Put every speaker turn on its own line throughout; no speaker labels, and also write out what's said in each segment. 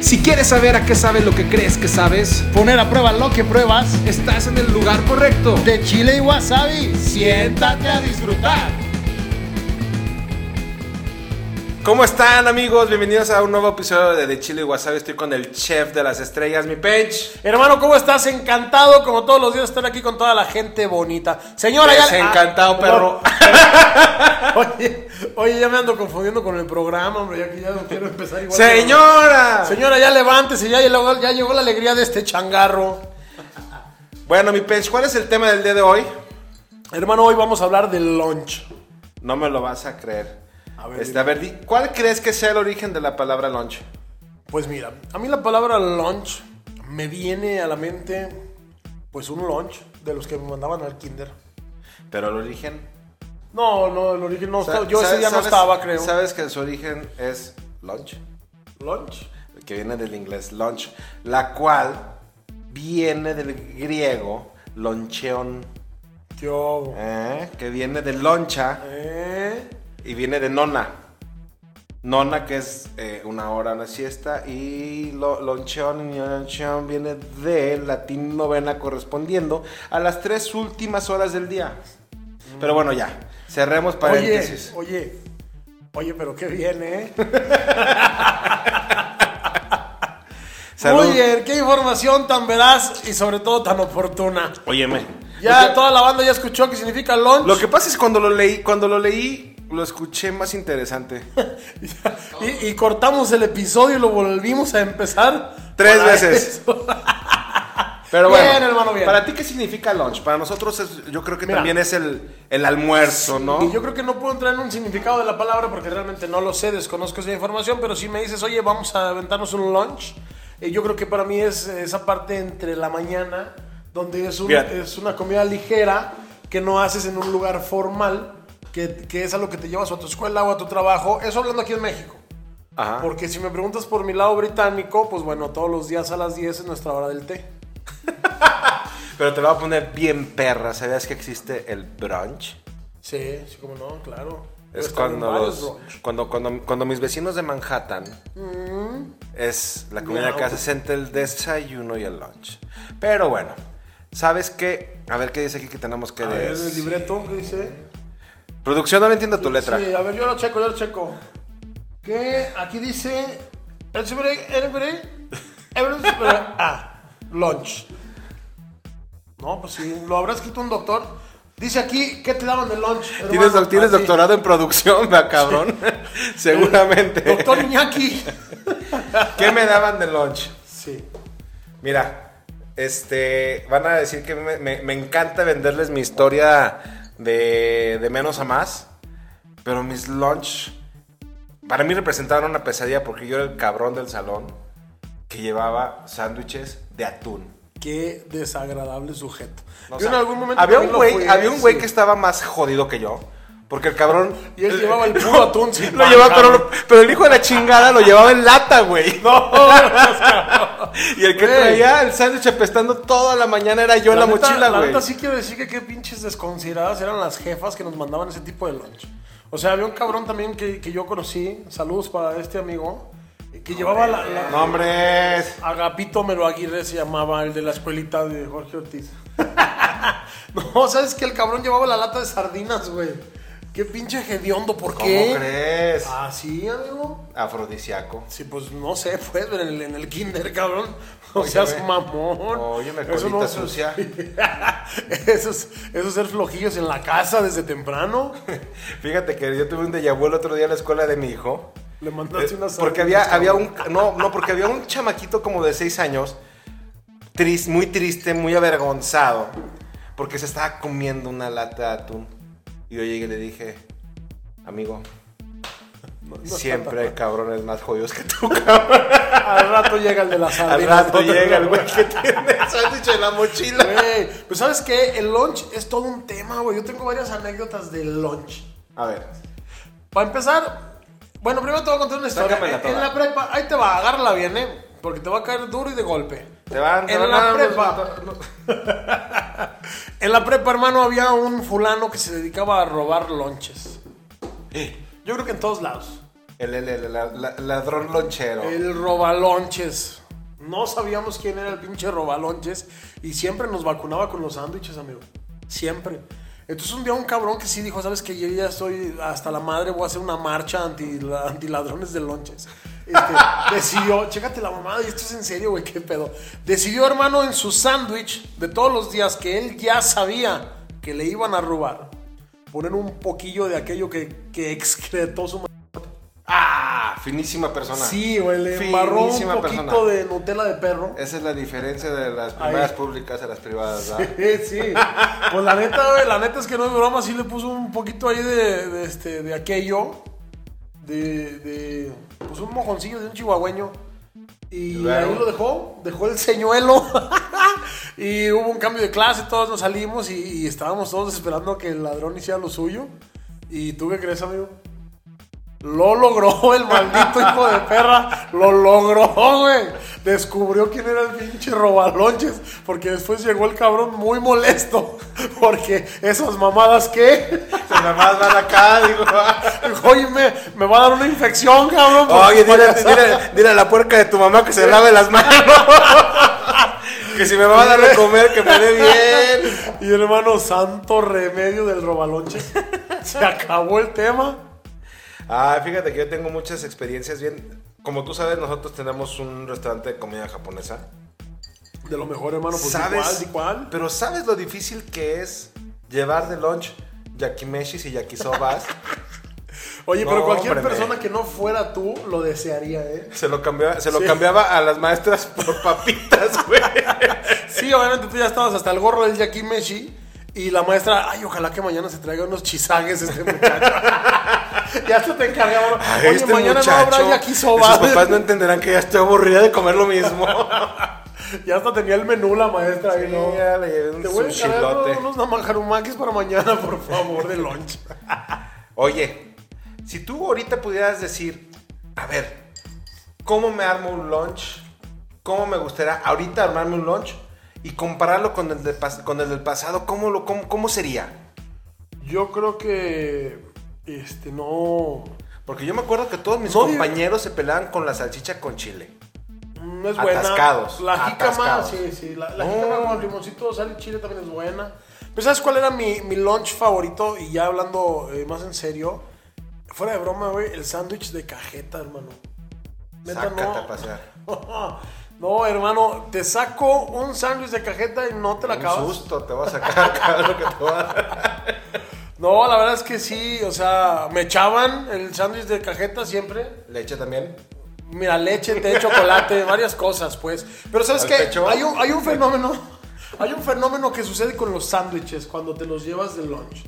Si quieres saber a qué sabes lo que crees que sabes,
Poner a prueba lo que pruebas
estás en el lugar correcto.
de chile y wasabi. Siéntate a disfrutar.
¿Cómo están amigos? Bienvenidos a un nuevo episodio de De Chile y Wasabi. Estoy con el chef de las estrellas, mi Pech.
Hermano, ¿cómo estás? Encantado, como todos los días, estar aquí con toda la gente bonita. Señora, ya. ah,
Desencantado, perro.
Oye, oye, ya me ando confundiendo con el programa, hombre. Ya que ya no quiero empezar igual. que-
¡Señora!
Señora, ya levántese, ya llegó, ya llegó la alegría de este changarro.
Bueno, mi Pech, ¿cuál es el tema del día de hoy?
Hermano, hoy vamos a hablar del lunch.
No me lo vas a creer.
A
A
ver,
ver,
dime.
a ver di- ¿cuál crees que sea el origen de la palabra lunch?
Pues mira, a mí la palabra lunch me viene a la mente, pues un lunch de los que me mandaban al kinder.
Pero el origen...
No, no, el origen no estaba.
Sa-
Yo ese
sabes-
día no
sabes-
estaba, creo.
¿Sabes que su origen es lunch?
¿Lunch?
que viene del inglés lunch, la cual viene del griego loncheón,
¿Qué hubo?
¿eh? que viene de loncha
¿Eh?
y viene de nona. Nona que es eh, una hora, una siesta, y lo- loncheón y loncheón viene del latín novena correspondiendo a las tres últimas horas del día. Pero bueno, ya, cerremos
Oye,
paréntesis.
oye, oye, pero qué bien, ¿eh?
Salud.
Muy bien, qué información tan veraz y sobre todo tan oportuna.
Óyeme.
Ya
Lo que-
toda la banda ya escuchó qué significa lunch.
Lo que pasa es cuando lo leí, cuando lo leí, lo escuché más interesante.
Y, y cortamos el episodio y lo volvimos a empezar.
Tres
Para
veces.
eso.
Pero
Bien,
bueno,
hermano, bien.
para ti qué significa lunch? Para nosotros es- yo creo que
Mira.
también es el, el almuerzo, ¿no?
Y yo creo que no puedo entrar en un significado de la palabra porque realmente no lo sé, desconozco esa información, pero si me dices, oye, vamos a aventarnos un lunch, eh, yo creo que para mí es esa parte entre la mañana, donde es, un-
Bien.
es una comida ligera que no haces en un lugar formal, que, que es a lo que te llevas o a tu escuela o a tu trabajo, eso hablando aquí en México.
Ajá.
Porque si me preguntas por mi lado británico, pues bueno, todos los días a las 10 es nuestra hora del té.
Pero te lo voy a poner bien perra. ¿Sabías que existe el brunch?
Sí, sí, como no, claro.
Es
Están en
cuando,
Pues varios
los-
brunch.
cuando, cuando, cuando mis vecinos de Manhattan
Mm.
es la comida
No.
que haces entre el desayuno y el lunch. Pero bueno, ¿sabes qué? A ver qué dice aquí que tenemos que
A ver, el
decir.
libreto, ¿qué dice?
Producción, no le entiendo tu letra.
Sí, a ver, yo lo checo, yo lo checo. Que aquí dice. Everybody, everybody, everybody, ah, lunch. No, pues sí, lo habrá escrito un doctor. Dice aquí, ¿qué te daban de lunch?
¿Tienes,
hermano?
doc- tienes
Así.
doctorado en producción, ¿verdad, cabrón? Seguramente.
Doctor Iñaki.
¿Qué me daban de lunch?
Sí.
Mira, este, van a decir que me, me- me encanta venderles mi historia de, de menos a más, pero mis lunch para mí representaron una pesadilla porque yo era el cabrón del salón que llevaba sándwiches de atún.
Qué desagradable sujeto.
No, o
Yo en
sea,
algún momento
había
también
un
lo
güey,
fui, ¿eh?
había un güey
sí.
que estaba más jodido que yo, porque el cabrón
Y él llevaba el puro atún sin
Lo llevaba,
manjar,
pero, pero el hijo de la chingada lo llevaba en lata, güey.
No,
Y el que
Güey.
traía el sándwich apestando toda la mañana era yo en la,
neta-
mochila,
La
güey.
neta sí quiero decir que qué pinches desconsideradas eran las jefas que nos mandaban ese tipo de lunch. O sea, había un cabrón también que, que yo conocí, saludos para este amigo, que llevaba la... la-
No, hombre.
Agapito Melo Aguirre se llamaba, el de la escuelita de Jorge Ortiz. no, ¿sabes que El cabrón llevaba la lata de sardinas, güey. Qué pinche hediondo, ¿por
¿Cómo
qué?
crees?
Ah, sí, amigo.
Afrodisiaco.
Sí, pues no sé, pues, en el, en el kinder, cabrón. No
Óyeme.
seas mamón.
Óyeme,
Eso
colita sucia.
eso, es, eso es ser flojillos en la casa desde temprano.
Fíjate que yo tuve un déjà vu el otro día en la escuela de mi hijo.
Le mandaste
Eh,
unas
porque había,
sardinas,
había
cabrón.
un no, no, porque había un chamaquito como de seis años, tris- muy triste, muy avergonzado, porque se estaba comiendo una lata de atún. Y yo llegué y le dije, amigo, siempre hay cabrones más jodidos que tú, cabrón.
Al rato llega el de la
Al
sardina.
rato llega el güey que tiene el sándwich en la mochila.
Güey, pues sabes que el lunch es todo un tema, güey. Yo tengo varias anécdotas del lunch.
A ver,
Para empezar, bueno, primero te voy a contar una historia.
Sácamela toda.
En la prepa, ahí te va, agárrala bien, ¿eh? Porque te va a caer duro y de golpe.
te van... te
En
van
la
a-
prepa. En la prepa, hermano, había un fulano que se dedicaba a robar lonches. Yo creo que en todos lados.
El, el, el, la- la- ladrón lonchero.
El robalonches. No sabíamos quién era el pinche robalonches y siempre nos vacunaba con los sándwiches, amigo. Siempre. Entonces un día un cabrón que sí dijo, sabes que yo ya estoy hasta la madre, voy a hacer una marcha anti, anti ladrones de lonches. Este, decidió, chécate la mamada, y esto es en serio, güey, qué pedo. Decidió, hermano, en su sándwich de todos los días que él ya sabía que le iban a robar, poner un poquillo de aquello que, que excretó su
Ah, finísima persona.
Sí, güey, le embarró un
Finísima
poquito
persona. Eh.
de Nutella de perro.
Esa es la diferencia de las primeras
Ahí.
públicas a las privadas. ¿verdad?
Sí, sí. Pues la neta, güey, la neta es que no es broma, sí le puso un poquito ahí de, de este, de aquello, de, de, pues un mojoncillo de un chihuahueño. Y
Claro.
ahí lo dejó, dejó el señuelo. y hubo un cambio de clase, todos nos salimos y, y estábamos todos esperando que el ladrón hiciera lo suyo. ¿Y tú qué crees, amigo? Lo logró el maldito hijo de perra. Lo logró, güey. Descubrió quién era el pinche robalonches. Porque después llegó el cabrón muy molesto. Porque esas mamadas que.
Nada más van acá, digo.
Dijo, Oye, me, me va a dar una infección, cabrón. por
Oye, dile,
payasada".
dile- dile a la puerca de tu mamá que se lave las manos. que si me va a dar de comer, que me dé bien.
Y el hermano, santo remedio del robalonches. Se acabó el tema.
Ah, fíjate que yo tengo muchas experiencias bien. Como tú sabes, nosotros tenemos un restaurante de comida japonesa.
De lo mejor, hermano, pues
¿Sabes?
igual, igual.
Pero ¿sabes lo difícil que es llevar de lunch yakimeshis y yakisobas?
Oye, pero
No,
cualquier
hombre,
persona
me-
que no fuera tú lo desearía, ¿eh?
se lo, cambiaba, se lo
Sí.
cambiaba a las maestras por papitas, güey.
Sí, obviamente tú ya estabas hasta el gorro del Jackie Meshi. Y la maestra, ay, ojalá que mañana se traiga unos chisagues este muchacho. ya se te encargaba.
Ay,
Oye, mañana no habrá yakisoba.
Sus este papás no entenderán que ya estoy aburrida de comer lo mismo.
Ya hasta tenía el menú la maestra. ahí, ¿no?
Mira, le llevé
Te
un
voy a encargar
sushilote.
unos namajarumakis para mañana, por favor, de lunch.
Oye, si tú ahorita pudieras decir, a ver, ¿cómo me armo un lunch? ¿Cómo me gustaría ahorita armarme un lunch? Y compararlo con el, del pas- con el del pasado, ¿cómo, lo, cómo, cómo sería?
Yo creo que. Este, no.
Porque yo me acuerdo que todos mis
No,
compañeros se peleaban con la salchicha con chile.
No es buena.
Atascados,
La jícama,
atascados.
sí, sí. La, la
No.
jícama con limoncito, sal y chile también es buena. Pero ¿sabes cuál era mi, mi lunch favorito? Y ya hablando eh, más en serio, fuera de broma, güey, el sándwich de cajeta, hermano. Neta,
Sácate
no.
a pasear.
no, hermano, te saco un sándwich de cajeta y no te la acabas.
Un susto te vas a sacar, cabrón, que te voy a dar.
No, la verdad es que sí, o sea, me echaban el sándwich de cajeta siempre.
Leche también.
Mira, leche, té, chocolate, varias cosas, pues. Pero ¿sabes
¿Al
qué?
pecho?
Hay un, hay un fenómeno. Hay un fenómeno que sucede con los sándwiches cuando te los llevas de lunch.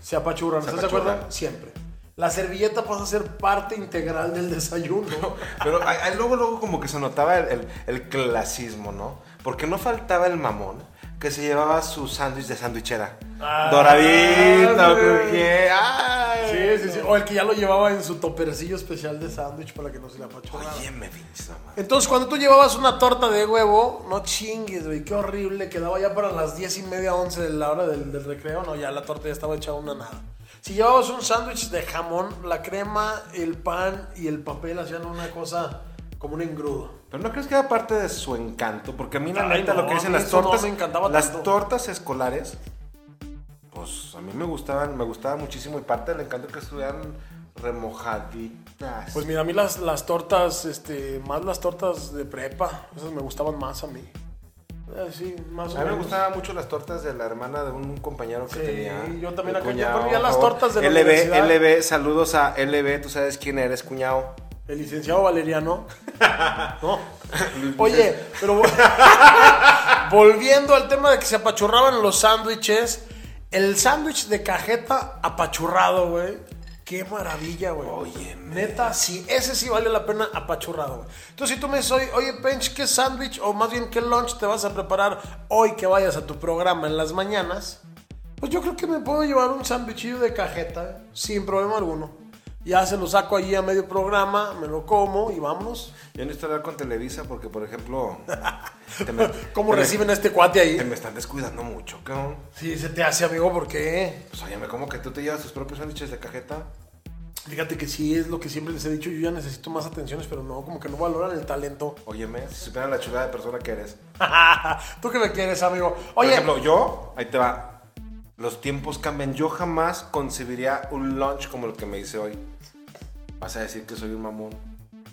Se apachurran, ¿estás de
apachurran.
acuerdo? Siempre. La servilleta pasa a ser parte integral del desayuno.
Pero ahí- ahí luego, luego como que se notaba el, el- el clasismo, ¿no? Porque no faltaba el mamón que se llevaba su sándwich de sándwichera.
Ah,
Doradito,
güey.
crujiente. ay.
Sí, sí, sí. O el que ya lo llevaba en su topercillo especial de sándwich para que no se le apachurrara.
Oye, me pinches, mamá.
Entonces, cuando tú llevabas una torta de huevo, no chingues, güey, qué horrible. Quedaba ya para las 10 y media, 11 de la hora del, del recreo. No, ya la torta ya estaba echada una nada. Si llevabas un sándwich de jamón, la crema, el pan y el papel hacían una cosa como un engrudo.
Pero no crees que era parte de su encanto, porque a mí la
Ay,
neta
no,
lo que dicen
a mí
las
eso no
tortas,
me encantaba
las
tanto.
tortas escolares, pues a mí me gustaban, me gustaban muchísimo y parte del encanto que estuvieran remojaditas.
Pues mira, a mí las, las tortas, este, más las tortas de prepa, esas me gustaban más a mí. Eh, sí, más o
A mí me
menos.
gustaban mucho las tortas de la hermana de un compañero que
Sí,
tenía.
yo también
Mi
acá- yo
cuñao,
comía
por
las
favor.
tortas de la
LB,
universidad.
LB, saludos a LB, tú sabes quién eres, cuñado.
El licenciado Valeriano. No. Oye, pero vol- volviendo al tema de que se apachurraban los sándwiches, el sándwich de cajeta apachurrado, güey. Qué maravilla, güey.
Oye,
neta, sí, ese sí vale la pena apachurrado, güey. Entonces, si tú me dices, oye, oye, Pench, ¿qué sándwich o más bien qué lunch te vas a preparar hoy que vayas a tu programa en las mañanas? Pues yo creo que me puedo llevar un sándwichillo de cajeta, eh, sin problema alguno. Ya se lo saco allí a medio programa, me lo como y vámonos.
Yo necesito hablar con Televisa porque, por ejemplo, te me-
¿Cómo
te me-
reciben a este cuate
te
ahí?
me están descuidando mucho, cabrón.
Sí, se te hace, amigo, ¿por qué?
Pues óyeme, ¿cómo que tú te llevas tus propios sándwiches de cajeta?
Fíjate que sí es lo que siempre les he dicho, yo ya necesito más atenciones, pero no, como que no valoran el talento.
Óyeme, si supieran la chulada de persona que eres.
Tú que me quieres, amigo.
Por
Oye,
ejemplo, yo, ahí te va. Los tiempos cambian. Yo jamás concebiría un lunch como el que me hice hoy. Vas a decir que soy un mamón.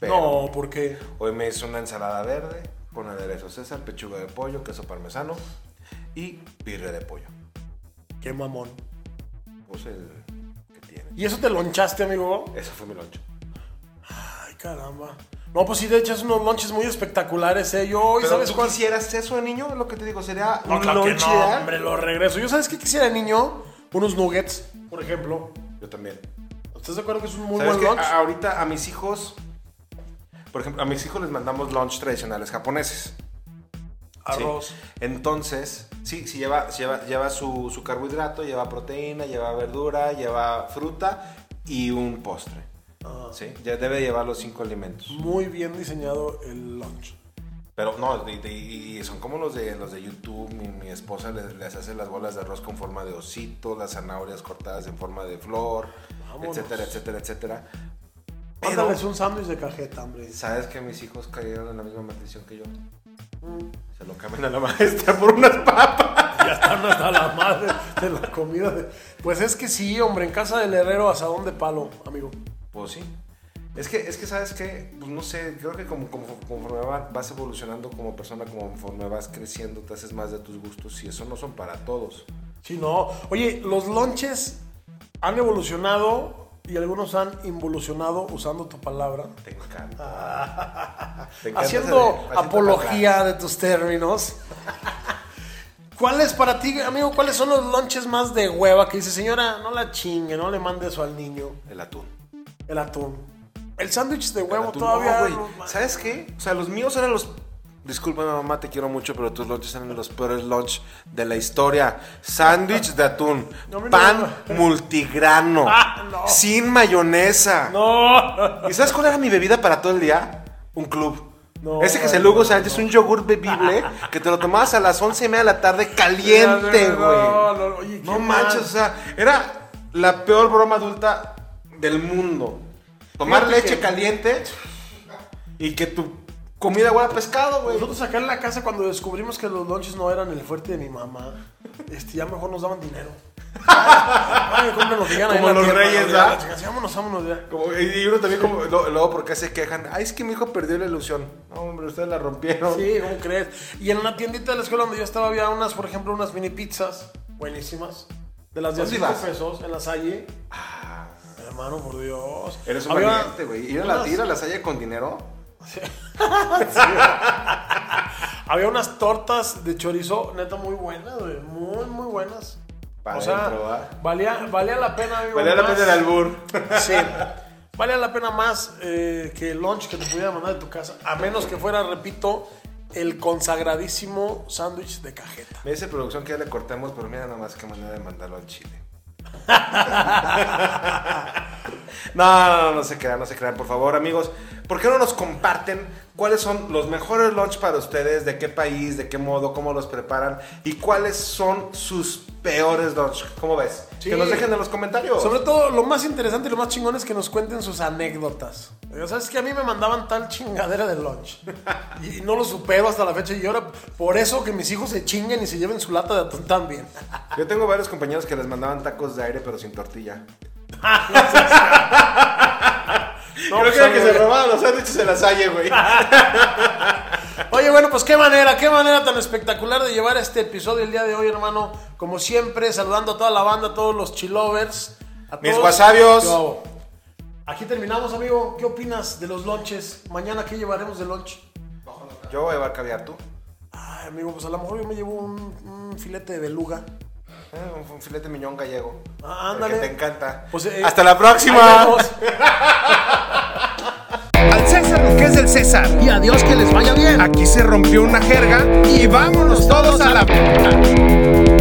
Pero
no, porque
hoy me hice una ensalada verde con aderezo César, pechuga de pollo, queso parmesano y birria de pollo.
qué mamón.
Pues el que tiene.
¿Y eso te lonchaste, amigo?
Eso fue mi lunch.
Ay, caramba. No, pues sí, de hecho, es unos lonches muy espectaculares, ¿eh? Yo hoy,
Pero
¿sabes
¿tú
cuál?
quisieras eso de niño? Lo que te digo, sería
No,
un
claro que
lunch
no,
ideal.
hombre, lo regreso. ¿Yo sabes qué quisiera, niño? Unos nuggets, por ejemplo.
Yo también.
¿Estás de acuerdo que es un muy
¿Sabes
buen
qué?
lunch?
A- ahorita a mis hijos, por ejemplo, a mis hijos les mandamos lunch tradicionales japoneses. ¿sí?
Arroz.
Entonces, sí, sí lleva, sí lleva, lleva su, su carbohidrato, lleva proteína, lleva verdura, lleva fruta y un postre.
Ah,
¿sí? Ya debe llevar los cinco alimentos.
muy bien diseñado el lunch.
Pero no, de- de- y son como los de los de YouTube. Mi, mi esposa les, les hace las bolas de arroz con forma de osito, las zanahorias cortadas en forma de flor,
Vámonos.
etcétera, etcétera, etcétera. Pero-
Mándales un sándwich de cajeta, hombre.
¿Sabes que mis hijos cayeron en la misma maldición que yo? Se lo cambian a la maestra por unas papas.
Ya están hasta la madre de la comida. de- Pues es que sí, hombre, en casa del herrero asadón de palo, amigo.
Pues sí. Es que, es que ¿sabes qué? Pues no sé, creo que como, como- conforme va- vas evolucionando como persona, conforme vas creciendo, te haces más de tus gustos y eso no son para todos.
Sí, no. Oye, los lonches han evolucionado y algunos han involucionado usando tu palabra.
Te encanta. Te encanta
Haciendo
esa de- haciendo
apología de tus términos. ¿Cuáles para ti, amigo, cuáles son los lonches más de hueva que dice, señora, no la chingue, no le mande eso al niño?
papá. El atún.
El atún. El sándwich de
El
huevo
atún,
todavía.
no, güey.
no, man.
¿Sabes qué? O sea, los míos eran los. Discúlpame, mamá, te quiero mucho, pero tus lunches eran los peores lunch de la historia. Sándwich de atún,
No, no,
pan multigrano,
Ah, no.
sin mayonesa.
no.
¿Y sabes cuál era mi bebida para todo el día? Un club.
No,
Ese que se
no,
Lugo Sánchez, un yogur bebible que te lo tomabas a las once y media de la tarde caliente, güey.
No, no, no, oye,
No
qué
manches,
mal.
o sea, era la peor broma adulta del mundo. Tomar
Fíjate
leche
que-
caliente y que tu comida huela a pescado, güey.
Nosotros acá en la casa cuando descubrimos que los lonches no eran el fuerte de mi mamá, este, ya mejor nos daban dinero. Ay, compren lo que ganan ahí
Como
en la
los
tienda,
reyes, ¿ah?
¿no?
¿verdad?
La chingada, sí, Vámonos, vámonos ya.
Como- y uno también como, lo- luego porque se quejan, ay, es que mi hijo perdió la ilusión. No, hombre, ustedes la rompieron.
Sí, ¿cómo crees? Y en una tiendita de la escuela donde yo estaba había unas, por ejemplo, unas mini pizzas buenísimas. De las de
¿Dónde
5
ibas? Ah.
pesos en la salle. Hermano, por Dios.
Eres un
Había
valiente, güey. Ir a la
unas-
tira, a la salle con dinero.
Había unas tortas de chorizo, neta, muy buenas, güey. Muy, muy buenas.
Pa'
o sea,
dentro, ¿va?
valía, valía la pena, amigo.
Valía la pena el
más-
albur.
Sí. Valía la pena más eh, que el lunch que te pudiera mandar de tu casa. A menos que fuera, repito, el consagradísimo sándwich de cajeta.
Me dice producción que ya le cortemos, pero mira nada más qué manera de mandarlo al chile. no, no, no, no se crean, no se crean, por favor, amigos. ¿Por qué no nos comparten cuáles son los mejores lunch para ustedes? ¿De qué país? ¿De qué modo? ¿Cómo los preparan? ¿Y cuáles son sus peores lunch? ¿Cómo ves?
Sí.
Que nos dejen en los comentarios.
Sobre todo, lo más interesante y lo más chingón es que nos cuenten sus anécdotas. O sea, es que a mí me mandaban tal chingadera de lunch. Y no lo supero hasta la fecha. Y ahora, por eso que mis hijos se chinguen y se lleven su lata de atún también.
Yo tengo varios compañeros que les mandaban tacos de aire, pero sin tortilla.
No,
Creo
pues,
que era que se
amigo.
robaban los sándwiches de la salle, güey.
Oye, bueno, pues qué manera, qué manera tan espectacular de llevar este episodio el día de hoy, hermano. Como siempre, saludando a toda la banda, a todos los chilovers. A
Mis
todos.
wasabios.
Yo hago. Aquí terminamos, amigo. ¿Qué opinas de los lunches? Mañana, ¿qué llevaremos de lunch?
Yo voy a llevar caviar, ¿tú?
Ay, amigo, pues a lo mejor yo me llevo un, un filete de beluga.
Eh, Un, un filete miñón gallego.
Ah,
El que
ándale.
te encanta.
Pues, eh,
Hasta la
Ahí
próxima.
vemos.
Al César lo que es del César.
y a Dios que les vaya bien.
Aquí se rompió una jerga y vámonos todos a la...